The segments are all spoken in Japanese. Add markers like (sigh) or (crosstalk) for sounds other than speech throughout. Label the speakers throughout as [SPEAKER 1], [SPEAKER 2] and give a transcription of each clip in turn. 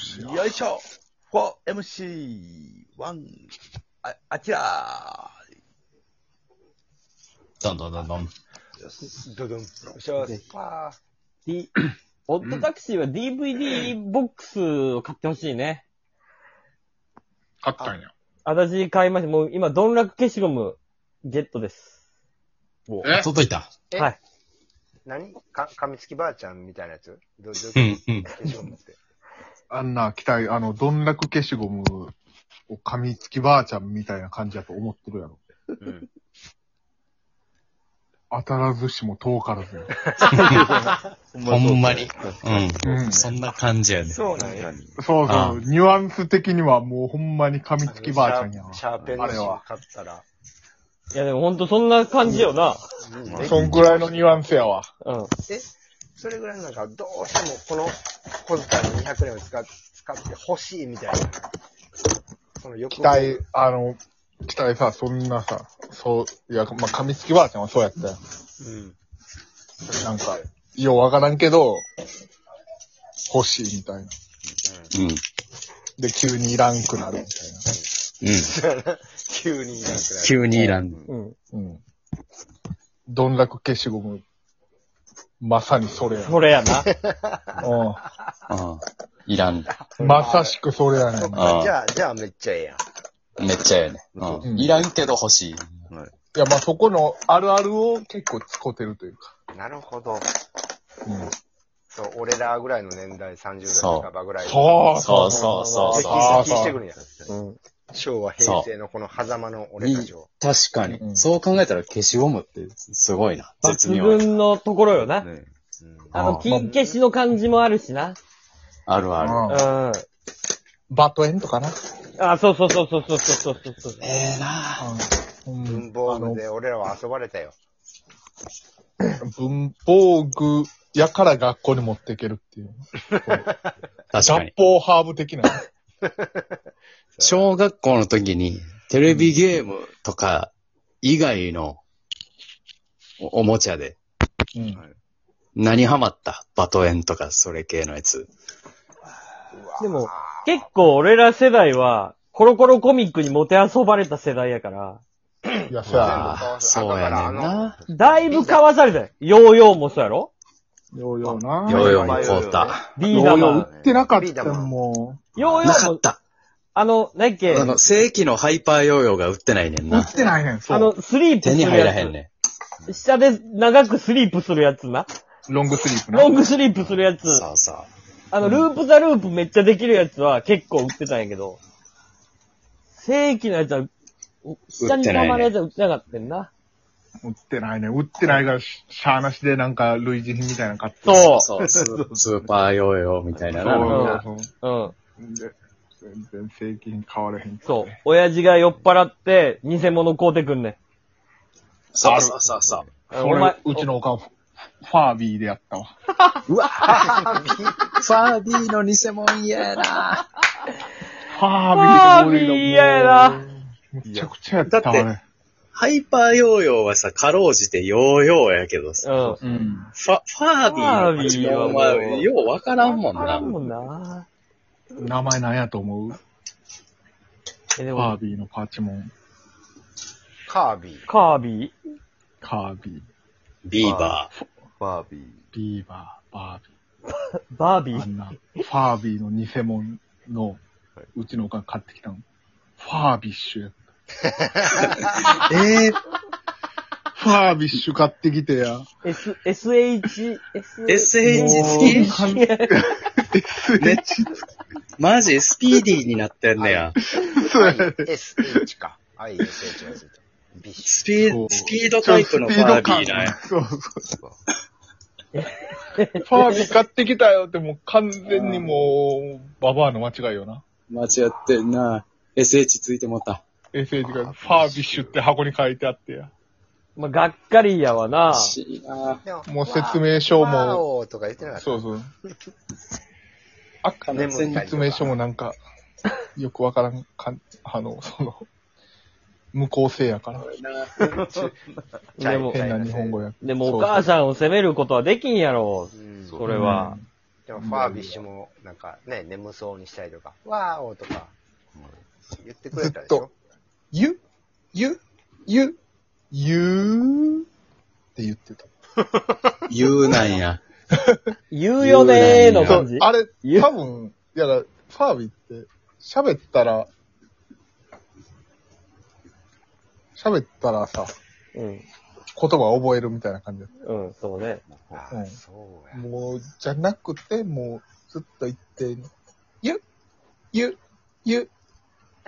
[SPEAKER 1] 私は。
[SPEAKER 2] よいしょ !4MC1、あ、あちら
[SPEAKER 3] どんどんどんどん。
[SPEAKER 1] ドドン。
[SPEAKER 2] よいしょパ
[SPEAKER 4] D、オットタクシーは DVD ボックスを買ってほしいね。
[SPEAKER 1] あったんや。
[SPEAKER 4] 私買いました。もう今、ドンラク消しゴム、ゲットです。
[SPEAKER 1] え
[SPEAKER 3] 届いた。
[SPEAKER 5] え
[SPEAKER 4] はい。
[SPEAKER 5] 何か、噛みつきばあちゃんみたいなやつど、ど、
[SPEAKER 3] うんうん
[SPEAKER 5] 消しゴムって。
[SPEAKER 1] あんな、期待、あの、どんらく消しゴムを噛みつきばあちゃんみたいな感じだと思ってるやろ。
[SPEAKER 5] うん。
[SPEAKER 1] 当たらずしも遠からずや。
[SPEAKER 2] ー
[SPEAKER 3] ほんまに。う
[SPEAKER 1] うん
[SPEAKER 3] ん。そんな感じやね。
[SPEAKER 2] そうなんや。
[SPEAKER 1] そう
[SPEAKER 3] あ
[SPEAKER 1] そ
[SPEAKER 3] あ
[SPEAKER 1] う、ニュアンス的にはもうほんまに噛みつきばあちゃんやわ。
[SPEAKER 5] シャーペンの芯買ったら。
[SPEAKER 4] いやでもほんとそんな感じよな。
[SPEAKER 5] うん
[SPEAKER 1] そんくらいのニュアンスやわ。
[SPEAKER 4] うん。
[SPEAKER 5] え、それぐらいなんか、どうしてもこの小遣いの200円を使っ使ってほしいみたいな。その欲
[SPEAKER 1] 期待、あの、期待さ、そんなさ、そう、いや、まあ、噛みつきばあちゃんはそうやったよ。
[SPEAKER 5] うん。 (laughs)
[SPEAKER 1] なんか、ようわからんけど、欲しいみたいな。
[SPEAKER 3] うん。うん。
[SPEAKER 1] で、急にいらんくなるみたい
[SPEAKER 5] 急にいなくなる。
[SPEAKER 3] 急にいらん。
[SPEAKER 4] うん。
[SPEAKER 1] な。うん。どんらく消しゴム、まさにそれや。
[SPEAKER 4] それやな。
[SPEAKER 1] う
[SPEAKER 3] うん。いらん。
[SPEAKER 1] ん。まさしくそれやね
[SPEAKER 5] そっ
[SPEAKER 1] ん。
[SPEAKER 5] か、じゃあ、じゃあめっちゃええやん。
[SPEAKER 3] めっちゃええね。う。
[SPEAKER 1] うんん
[SPEAKER 3] いらんけど欲しい。
[SPEAKER 1] いや、まあ、そこのあるあるを結構使ってるというか。
[SPEAKER 5] なるほど。
[SPEAKER 1] うん。
[SPEAKER 5] そう、俺らぐらいの年代、30
[SPEAKER 3] そう
[SPEAKER 5] 代半ばぐらい。
[SPEAKER 1] そう
[SPEAKER 3] そうそうそう
[SPEAKER 5] 激
[SPEAKER 3] そ
[SPEAKER 1] そ
[SPEAKER 5] 激
[SPEAKER 1] う
[SPEAKER 5] してくるんや。
[SPEAKER 4] うん。
[SPEAKER 5] 昭和、平成のこの狭間の俺たちを。
[SPEAKER 3] う。確かに。
[SPEAKER 1] うん
[SPEAKER 3] そう考えたら消しゴムってすごいな。絶
[SPEAKER 4] 抜
[SPEAKER 3] 妙や。
[SPEAKER 4] 群のところよな。
[SPEAKER 5] うん
[SPEAKER 4] あの、金消しの感じもあるしな。
[SPEAKER 3] あるあ
[SPEAKER 4] う。
[SPEAKER 1] うんん
[SPEAKER 4] あ、
[SPEAKER 1] バトエンとかな。
[SPEAKER 4] そうそうそうそうそうそうそうそう。
[SPEAKER 3] る。ええな
[SPEAKER 1] うん
[SPEAKER 5] 文房具で俺らは遊ばれたよ。
[SPEAKER 1] 文房具やから学校に持っていけるっていう。
[SPEAKER 3] 確か
[SPEAKER 1] 脱
[SPEAKER 3] に。
[SPEAKER 1] 法ハーブ的な。
[SPEAKER 3] 小学校の時にテレビゲームとか以外のおおもちゃで
[SPEAKER 1] うん。
[SPEAKER 3] 何ハマったバトエンとかそれ系のやつ。
[SPEAKER 4] でも、結構俺ら世代は、コロコロコミックにもてあそばれた世代やから、
[SPEAKER 1] いや、そう
[SPEAKER 5] 部買
[SPEAKER 1] や
[SPEAKER 3] あ
[SPEAKER 5] わ
[SPEAKER 3] あ、
[SPEAKER 5] す
[SPEAKER 3] そうやねん
[SPEAKER 5] だから
[SPEAKER 3] な。
[SPEAKER 4] だいぶ買わされたよ。ヨーヨーもそうやろ
[SPEAKER 1] ね。ようような。
[SPEAKER 3] ヨーヨー
[SPEAKER 5] まあ
[SPEAKER 3] に凍った。
[SPEAKER 4] ビ
[SPEAKER 1] よ
[SPEAKER 4] ー
[SPEAKER 1] う
[SPEAKER 4] ダ
[SPEAKER 1] よ
[SPEAKER 4] マ
[SPEAKER 1] う
[SPEAKER 4] ン。
[SPEAKER 1] 売ってなかっ
[SPEAKER 5] ビー
[SPEAKER 1] た
[SPEAKER 5] 玉
[SPEAKER 1] も
[SPEAKER 4] ヨーヨ
[SPEAKER 3] な
[SPEAKER 4] ー
[SPEAKER 3] か
[SPEAKER 4] も
[SPEAKER 3] っ、た。
[SPEAKER 4] あの、何っけ
[SPEAKER 3] あの、正規のハイパーヨーヨーが売ってないねん
[SPEAKER 1] う。売
[SPEAKER 3] な
[SPEAKER 1] っ。てないねん、そ
[SPEAKER 4] あ
[SPEAKER 1] う。
[SPEAKER 4] の、スリープ
[SPEAKER 3] 手
[SPEAKER 4] す
[SPEAKER 3] に
[SPEAKER 4] る
[SPEAKER 3] 入らへ
[SPEAKER 4] や
[SPEAKER 3] んね
[SPEAKER 4] つ。下で長くスリープするやつな。
[SPEAKER 1] ロングスリープな。
[SPEAKER 4] ロングスリープするや
[SPEAKER 3] ん。
[SPEAKER 4] つ。
[SPEAKER 3] そうそう。
[SPEAKER 4] あの、ループザループめっちゃできるやつは結構売ってたんやけど、正規のやつは、下に溜まるやつは売ってなかったんな。
[SPEAKER 1] 売ってないね。売ってないが、ししゃーなしでなんか類似品みたいなの買って。
[SPEAKER 4] そう
[SPEAKER 3] そうススーパーヨーヨーみたいな
[SPEAKER 1] そう
[SPEAKER 3] な。
[SPEAKER 1] そうそう
[SPEAKER 4] うん。
[SPEAKER 1] で全然正規品買われへん。
[SPEAKER 4] そう。親父が酔っ払って、偽物買うてくんね
[SPEAKER 3] そうそうそうそ
[SPEAKER 4] ん。
[SPEAKER 1] それ、うちのおかん、ファービーでやったわ。
[SPEAKER 3] う。うわファービーの偽物嫌やな。
[SPEAKER 1] ファービーってどういう
[SPEAKER 4] ファ
[SPEAKER 1] の
[SPEAKER 4] ービー嫌やな。
[SPEAKER 1] もうめちゃくちゃやったわ
[SPEAKER 3] だ
[SPEAKER 1] ね。
[SPEAKER 3] ハイパーヨーヨーはさ、かろうじてヨーヨーやけどさ、
[SPEAKER 4] うん。
[SPEAKER 1] うん。
[SPEAKER 3] ファ、ファービーの偽物は
[SPEAKER 4] ファービーはもう
[SPEAKER 3] ようわからんもん
[SPEAKER 4] あら
[SPEAKER 3] な。
[SPEAKER 4] んもんな。
[SPEAKER 1] 名前なんやと思う
[SPEAKER 4] え、で
[SPEAKER 1] ファー
[SPEAKER 4] も、
[SPEAKER 1] ビーのパーチモン。
[SPEAKER 5] カービィ。
[SPEAKER 4] カービィ
[SPEAKER 1] カービー、
[SPEAKER 3] ビーバ
[SPEAKER 6] バービー。
[SPEAKER 1] ビーバー、バ
[SPEAKER 4] バービ
[SPEAKER 1] ービー。あ
[SPEAKER 4] ー
[SPEAKER 1] んな、ファービーの偽物の、うちのおかん買ってきたの。ファービッシュや。
[SPEAKER 3] ー。え
[SPEAKER 1] ファービッシュ買ってきてや。
[SPEAKER 4] S、SH、
[SPEAKER 3] ー、SH
[SPEAKER 1] も
[SPEAKER 3] 付
[SPEAKER 1] う
[SPEAKER 3] き
[SPEAKER 1] 完
[SPEAKER 3] ね、マジスピーディーになってんねや。
[SPEAKER 1] そうやね
[SPEAKER 5] ISH か。ISH がついた。ビッシ
[SPEAKER 3] スピ
[SPEAKER 1] そ
[SPEAKER 3] ー
[SPEAKER 1] う
[SPEAKER 3] ド、スピードタイプのファービーなんや。
[SPEAKER 1] そうそう。ファービー買ってきたよってもう完全にもう、ババアの間違いよな。
[SPEAKER 3] 間違ってんな。SH ついてもった。
[SPEAKER 1] SH がファービッシュって箱に書いてあってや。
[SPEAKER 4] まあ、がっかりやわな。
[SPEAKER 3] しいな。
[SPEAKER 5] ュ。
[SPEAKER 1] もう説明書も
[SPEAKER 5] ワオとか言ってなかった。
[SPEAKER 1] そうそう。赤の
[SPEAKER 5] メモに書いてる
[SPEAKER 1] 説明書もなんか、よくわからんかん、あの、その、無効性やから。
[SPEAKER 5] チャイ
[SPEAKER 4] でも
[SPEAKER 1] 変な日本語や。
[SPEAKER 4] でもお母さんを責めることはできんやろ。
[SPEAKER 5] うん
[SPEAKER 6] そう
[SPEAKER 4] それは。
[SPEAKER 5] でも、ファービッシュも、なんかね、眠そうにしたりとか、わーおーとか、言ってくれたでし
[SPEAKER 1] ずっ
[SPEAKER 5] ょ
[SPEAKER 1] とゆ、ゆ、ゆ、ゆーって言ってた。
[SPEAKER 3] 言うなんや。
[SPEAKER 4] 言うよねーの
[SPEAKER 1] そ
[SPEAKER 4] 感
[SPEAKER 1] う
[SPEAKER 4] じ。
[SPEAKER 1] あれ、
[SPEAKER 4] ゆ
[SPEAKER 1] 多分、いやだ、ファービーって、喋ったら、喋ったらさ、
[SPEAKER 4] うん。
[SPEAKER 1] 言葉を覚えるみたいな感じだっ
[SPEAKER 4] うん、そうね。
[SPEAKER 5] あ
[SPEAKER 1] うん
[SPEAKER 5] ーそうや。
[SPEAKER 1] たもう、じゃなくて、もう、ずっと言って、ゆ、ゆ、ゆ、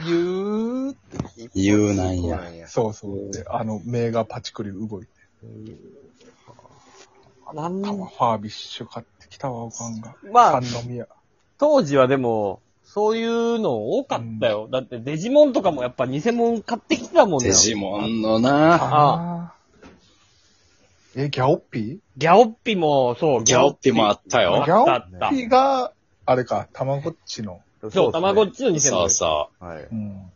[SPEAKER 1] ゆーって
[SPEAKER 3] 言うなん
[SPEAKER 5] そ
[SPEAKER 3] (laughs)
[SPEAKER 5] う
[SPEAKER 3] や。
[SPEAKER 5] なんや。
[SPEAKER 1] そうそう。で、あの、目がパチクリ動いて。
[SPEAKER 4] なん
[SPEAKER 1] たわ、ファービッシュ買ってきたわ、おかんが。
[SPEAKER 4] まあ
[SPEAKER 1] 三、宮。
[SPEAKER 4] 当時はでも、そういうの多かったよ。だってデジモンとかもやっぱ偽物買ってきてたもんね。
[SPEAKER 3] デジモンのな
[SPEAKER 1] あー。え、ギャオッピ
[SPEAKER 4] ギャオッピも、そう、
[SPEAKER 3] ギャオッピもあった
[SPEAKER 1] ー
[SPEAKER 3] よ
[SPEAKER 1] ギ。ャオッピーが、あれか、たまごっちの。
[SPEAKER 4] そう、たまごっ
[SPEAKER 2] ち。
[SPEAKER 4] ちの偽
[SPEAKER 3] そ
[SPEAKER 4] 物
[SPEAKER 3] う。そ
[SPEAKER 2] はい。
[SPEAKER 1] うん。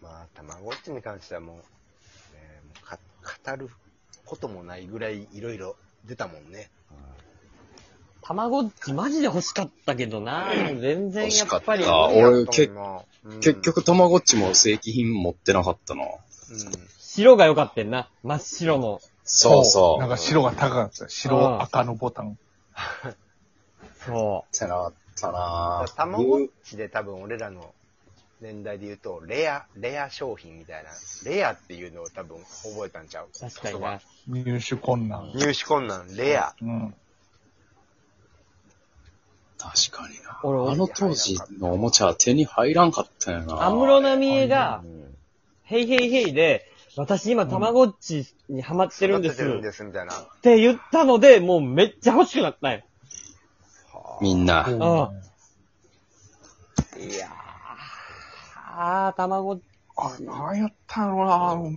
[SPEAKER 5] まあ、たまごっちに関してはもう、ね、もうか語ることもないぐらいいろいろ出たもんね。
[SPEAKER 4] たまごっちマジで欲しかったけどな全
[SPEAKER 3] う。欲
[SPEAKER 4] 然や
[SPEAKER 3] し
[SPEAKER 4] っ
[SPEAKER 3] かった
[SPEAKER 4] ぱり。
[SPEAKER 3] な。俺、け
[SPEAKER 5] うん
[SPEAKER 3] 結、局、たまごっちも正規品持ってなかったな。
[SPEAKER 5] う
[SPEAKER 4] 白が良かったよな。真っ白の。
[SPEAKER 3] そうそ
[SPEAKER 1] なん
[SPEAKER 3] う。
[SPEAKER 1] か白が高かったよ。白、赤のボタン。
[SPEAKER 4] そ
[SPEAKER 3] ってなかった
[SPEAKER 5] ん
[SPEAKER 3] な。
[SPEAKER 5] たまごっちで多分俺らの年代で言うと、レア、レア商品みたいな、レアっていうのを多分覚えたんちゃう
[SPEAKER 4] う。確かに
[SPEAKER 5] 言葉
[SPEAKER 4] な。
[SPEAKER 1] 入手困難。
[SPEAKER 5] 入手困難、レア。
[SPEAKER 1] うん。
[SPEAKER 3] 確かにな。
[SPEAKER 4] 俺
[SPEAKER 3] あの当時のおもちゃは手に入らんかったよな。
[SPEAKER 4] 安室奈美恵が
[SPEAKER 5] う、ん
[SPEAKER 4] ヘイヘイヘイで、私今たまごっちにハマってるんで
[SPEAKER 5] 育て
[SPEAKER 4] す。
[SPEAKER 5] てるん
[SPEAKER 4] っ
[SPEAKER 5] です、みたいな。
[SPEAKER 4] て言ったので、もうめっちゃ欲しくなったんよ。
[SPEAKER 3] みんな。
[SPEAKER 1] あ
[SPEAKER 4] いやー、あー、たまごっち。
[SPEAKER 1] あ、なんやったんやろなあの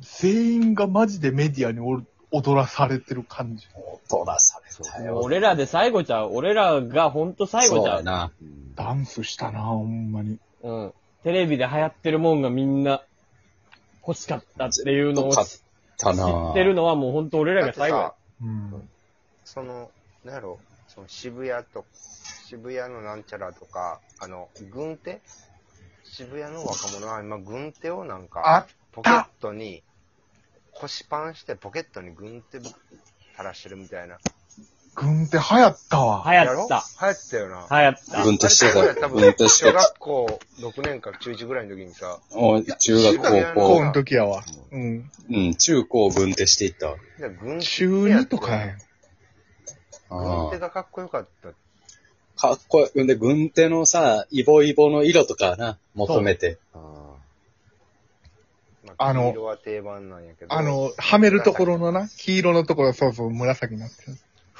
[SPEAKER 1] 全員がマジでメディアにおる踊らされてる感じ。
[SPEAKER 3] 踊らされたよ。
[SPEAKER 4] 俺らで最後ちゃう。俺らがほんと最後
[SPEAKER 3] そう
[SPEAKER 4] ちゃ
[SPEAKER 3] や
[SPEAKER 4] う。
[SPEAKER 3] な。
[SPEAKER 1] ダンスしたなあほんまに。
[SPEAKER 4] うん。テレビで流行ってるもんがみんな欲しかったっていうのを知
[SPEAKER 3] 買ったなぁ。
[SPEAKER 4] ってるのはもうほんと俺らが最後
[SPEAKER 5] だっ
[SPEAKER 4] や
[SPEAKER 5] て。
[SPEAKER 1] うん。
[SPEAKER 5] さその、なんやろ、その渋谷と、渋谷のなんちゃらとか、あの、軍手渋谷の若者は今、軍手をなんか、
[SPEAKER 1] あ、
[SPEAKER 5] ポケットに、腰パンしてポケットに軍手垂らしてるみたいな。
[SPEAKER 1] 軍手流行ったわ。
[SPEAKER 4] 流行
[SPEAKER 5] や
[SPEAKER 4] った。
[SPEAKER 5] ろ流行ったよな。
[SPEAKER 4] 流行った。
[SPEAKER 3] 分として
[SPEAKER 5] あれ
[SPEAKER 3] た。
[SPEAKER 5] 多分
[SPEAKER 3] 分としてた。
[SPEAKER 5] 小学校6年か中1ぐらいの時にさ、
[SPEAKER 3] お中学高
[SPEAKER 1] 高
[SPEAKER 3] 校。
[SPEAKER 1] の時やわ。うん。
[SPEAKER 3] うん、中高分手していったわ。
[SPEAKER 5] で軍手
[SPEAKER 1] 中2とかや。
[SPEAKER 5] 軍
[SPEAKER 3] あ
[SPEAKER 5] 手がかっこよかった。
[SPEAKER 3] あかっこいい。で、軍手のさ、イボイボの色とかな、求めて。
[SPEAKER 5] ま
[SPEAKER 1] あの
[SPEAKER 5] 黄色は定番なんやけど。
[SPEAKER 1] あの、はめるところのな、黄色のところ、そうそう、紫になってる。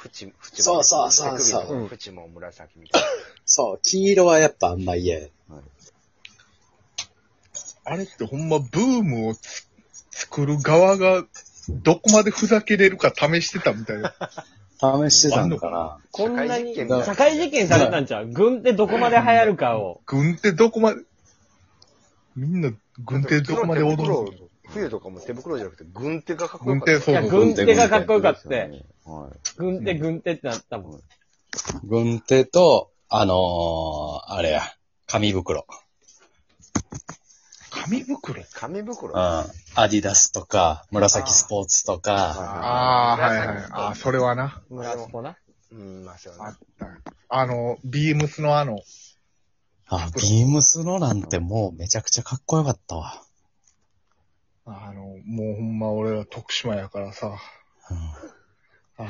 [SPEAKER 5] 縁、縁も。
[SPEAKER 3] そうそうそうそう
[SPEAKER 5] 手首の縁も紫みたいな。
[SPEAKER 3] そう、黄色はやっぱあんま嫌や。
[SPEAKER 1] あれってほんまブームをつ作る側がどこまでふざけれるか試してたみたいな。
[SPEAKER 3] 試してたのかな。
[SPEAKER 4] こんなに、
[SPEAKER 5] 社会実験みたいな
[SPEAKER 4] 社会実験されたんちゃう軍ってどこまで流行るかを。
[SPEAKER 1] 軍手どこまで、みんな軍手どこまで踊
[SPEAKER 5] 手
[SPEAKER 1] る
[SPEAKER 5] 袋冬とかも手袋じゃなくて、軍手がかっこよ
[SPEAKER 1] 軍
[SPEAKER 5] かった。
[SPEAKER 1] 手
[SPEAKER 5] 手
[SPEAKER 1] そ
[SPEAKER 4] いうや、
[SPEAKER 1] そう。
[SPEAKER 4] 軍手がかっこよかった。
[SPEAKER 2] は
[SPEAKER 4] 軍手、軍手ってなったもん。
[SPEAKER 3] 軍手と、あのー、あれや、紙袋。
[SPEAKER 1] 紙袋
[SPEAKER 5] 紙
[SPEAKER 3] う
[SPEAKER 5] 袋
[SPEAKER 3] ん。アディダスとか、紫スポーツとか、
[SPEAKER 1] ああ、はいはい。
[SPEAKER 5] 紫
[SPEAKER 1] ああ、それはな。
[SPEAKER 4] 村の子な。
[SPEAKER 5] うん、まあそうや
[SPEAKER 1] あ
[SPEAKER 5] な。
[SPEAKER 1] った。あの、ビームスのあの、
[SPEAKER 3] あ、ビームスのなんてもうめちゃくちゃかっこよかったわ。
[SPEAKER 1] あの、もうほんま俺ら徳島やからさ、あの、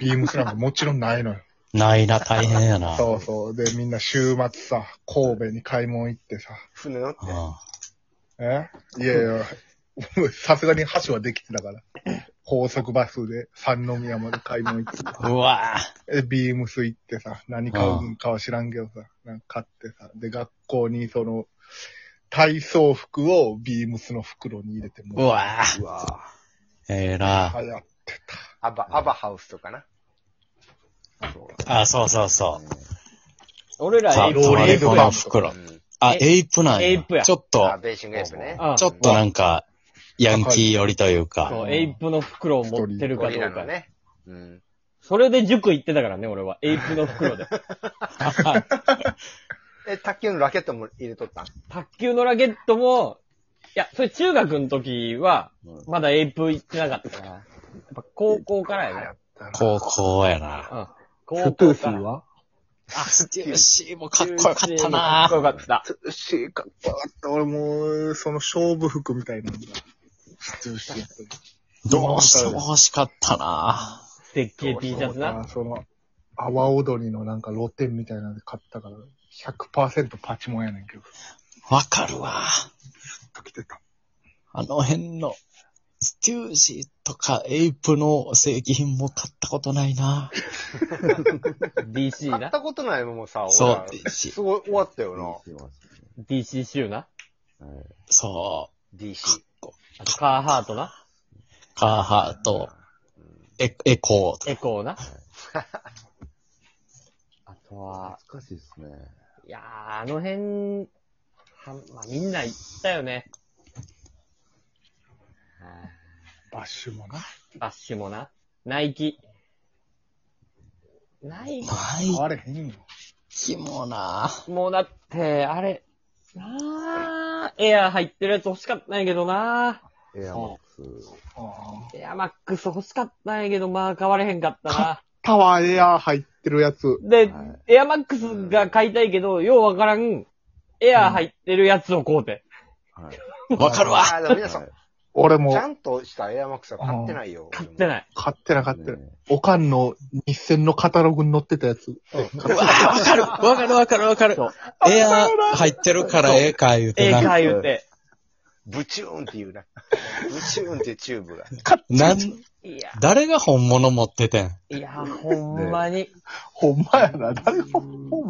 [SPEAKER 1] ビームスなんかもちろんないのよ。
[SPEAKER 3] うんないな、大変やな。
[SPEAKER 1] そうそう。で、みんな週末さ、神戸に買い物行ってさ、
[SPEAKER 5] 船乗って。
[SPEAKER 3] うん
[SPEAKER 1] えいやいや、 (laughs) さすがに橋はできてたから。高速バスで三宮まで買い物行ってさ。
[SPEAKER 3] うわぁ。
[SPEAKER 1] え、ビームス行ってさ、何買うんかは知らんけどさ、なんか買ってさ、で、学校にその、体操服をビームスの袋に入れて
[SPEAKER 3] う
[SPEAKER 1] も
[SPEAKER 3] わぁ。
[SPEAKER 5] うわぁ。
[SPEAKER 3] ええ
[SPEAKER 1] う、
[SPEAKER 3] な
[SPEAKER 1] 流行って
[SPEAKER 5] アバ、アバハウスとかな。
[SPEAKER 3] あ、そうそうそう。
[SPEAKER 4] 俺ら
[SPEAKER 3] さ
[SPEAKER 4] エ
[SPEAKER 3] あ、
[SPEAKER 4] イ
[SPEAKER 1] ロ
[SPEAKER 4] プ
[SPEAKER 1] ー
[SPEAKER 3] ポ
[SPEAKER 1] レ
[SPEAKER 3] リ
[SPEAKER 1] ー
[SPEAKER 3] ゴ
[SPEAKER 1] ド
[SPEAKER 3] ン
[SPEAKER 1] ラ
[SPEAKER 3] の
[SPEAKER 1] ム
[SPEAKER 3] 袋
[SPEAKER 5] う。ん
[SPEAKER 3] あ、エイプなんや。
[SPEAKER 4] エイプや
[SPEAKER 3] ちょっと
[SPEAKER 5] あ、、ベーシングエープね。
[SPEAKER 4] うん
[SPEAKER 3] ちょっとなんか、ヤンキー寄りという
[SPEAKER 4] そ
[SPEAKER 3] か。
[SPEAKER 4] う、エイプの袋を持ってる
[SPEAKER 1] と
[SPEAKER 4] か
[SPEAKER 5] ゴリ
[SPEAKER 4] どう
[SPEAKER 5] ラ
[SPEAKER 4] か
[SPEAKER 5] の。ね。うん。
[SPEAKER 4] それで塾行ってたからね、俺は。エイプの
[SPEAKER 3] (laughs)
[SPEAKER 4] 袋で。
[SPEAKER 5] え、卓球のラケットも入れとったん
[SPEAKER 4] 卓球のラケットも、いや、それ中学の時は、まだエイプ行ってなかったから。やっぱ高校からやね。
[SPEAKER 3] 高校やな。
[SPEAKER 4] うん。
[SPEAKER 2] ス
[SPEAKER 4] 高
[SPEAKER 2] トゥー
[SPEAKER 4] 校
[SPEAKER 2] シ
[SPEAKER 4] か
[SPEAKER 2] ー
[SPEAKER 4] ら。
[SPEAKER 2] は
[SPEAKER 3] ステューシーもかっこよかった
[SPEAKER 4] かっ
[SPEAKER 3] な
[SPEAKER 4] こよか
[SPEAKER 3] (laughs)
[SPEAKER 4] った。
[SPEAKER 1] トゥーシーかっこよかった。俺もう、その勝負服みたいなんだ。トゥーシーやったり
[SPEAKER 3] どうしても欲しかったな
[SPEAKER 4] でっけえ T シャツな。
[SPEAKER 1] その、阿波踊りのなんか露店みたいなんで買ったから、100%パチモンやねんけど、ず
[SPEAKER 3] わかるわ。
[SPEAKER 1] っと着てた。
[SPEAKER 3] あの辺の、ステューシーとかエイプの正規品も買ったことないな
[SPEAKER 4] DC
[SPEAKER 5] 買っ
[SPEAKER 4] な。
[SPEAKER 5] たことないもんさ、俺
[SPEAKER 3] そう
[SPEAKER 5] ら、
[SPEAKER 3] DC
[SPEAKER 5] すごい終わったよ
[SPEAKER 4] DC シューな。
[SPEAKER 3] そ
[SPEAKER 5] な、DC。
[SPEAKER 4] あとカーハートな。
[SPEAKER 3] う。カーハート、エエコーとか。
[SPEAKER 4] エコーな。あとは、
[SPEAKER 2] 懐かしいですね。
[SPEAKER 4] いやー、あの辺、はまあ、みんな行ったよね。
[SPEAKER 1] バッシュもな。
[SPEAKER 4] バッシュもな。ナイキ。ナイ
[SPEAKER 3] ない
[SPEAKER 1] あれへんよ。
[SPEAKER 3] 気もな
[SPEAKER 4] キもだって、あれ、なあエアー入ってるやつ欲しかったんやけどな
[SPEAKER 2] エアマックス。
[SPEAKER 1] ああ。
[SPEAKER 4] エアマックス欲しかったんやけど、まあ買われへんかったな。
[SPEAKER 1] タワーエアー入ってるやつ。
[SPEAKER 4] で、
[SPEAKER 2] は
[SPEAKER 4] エアマックスが買いたいけど、ようわからん、エアー入ってるやつを買うて。
[SPEAKER 2] はい。
[SPEAKER 3] わかるわ
[SPEAKER 5] あー、でも皆さん、
[SPEAKER 1] 俺
[SPEAKER 5] ち
[SPEAKER 1] も
[SPEAKER 5] ゃんとしたエアマックスは買ってないよ。
[SPEAKER 4] 買ってない。
[SPEAKER 1] 買ってなかったよ。
[SPEAKER 2] ね
[SPEAKER 1] おかんの日銭のカタログに載ってたやつ。
[SPEAKER 3] わわかるわかるわかるわかる
[SPEAKER 4] そう。
[SPEAKER 3] エア入ってるからええか言う
[SPEAKER 4] え
[SPEAKER 3] て
[SPEAKER 4] え
[SPEAKER 3] な。
[SPEAKER 4] か言うて。
[SPEAKER 5] ブチューンっていうな。ブチューンっていうチューブが。
[SPEAKER 3] なん、
[SPEAKER 4] いや、
[SPEAKER 3] 誰が本物持っててん
[SPEAKER 4] いや、ほんまに。
[SPEAKER 1] ほんまやな。誰も本も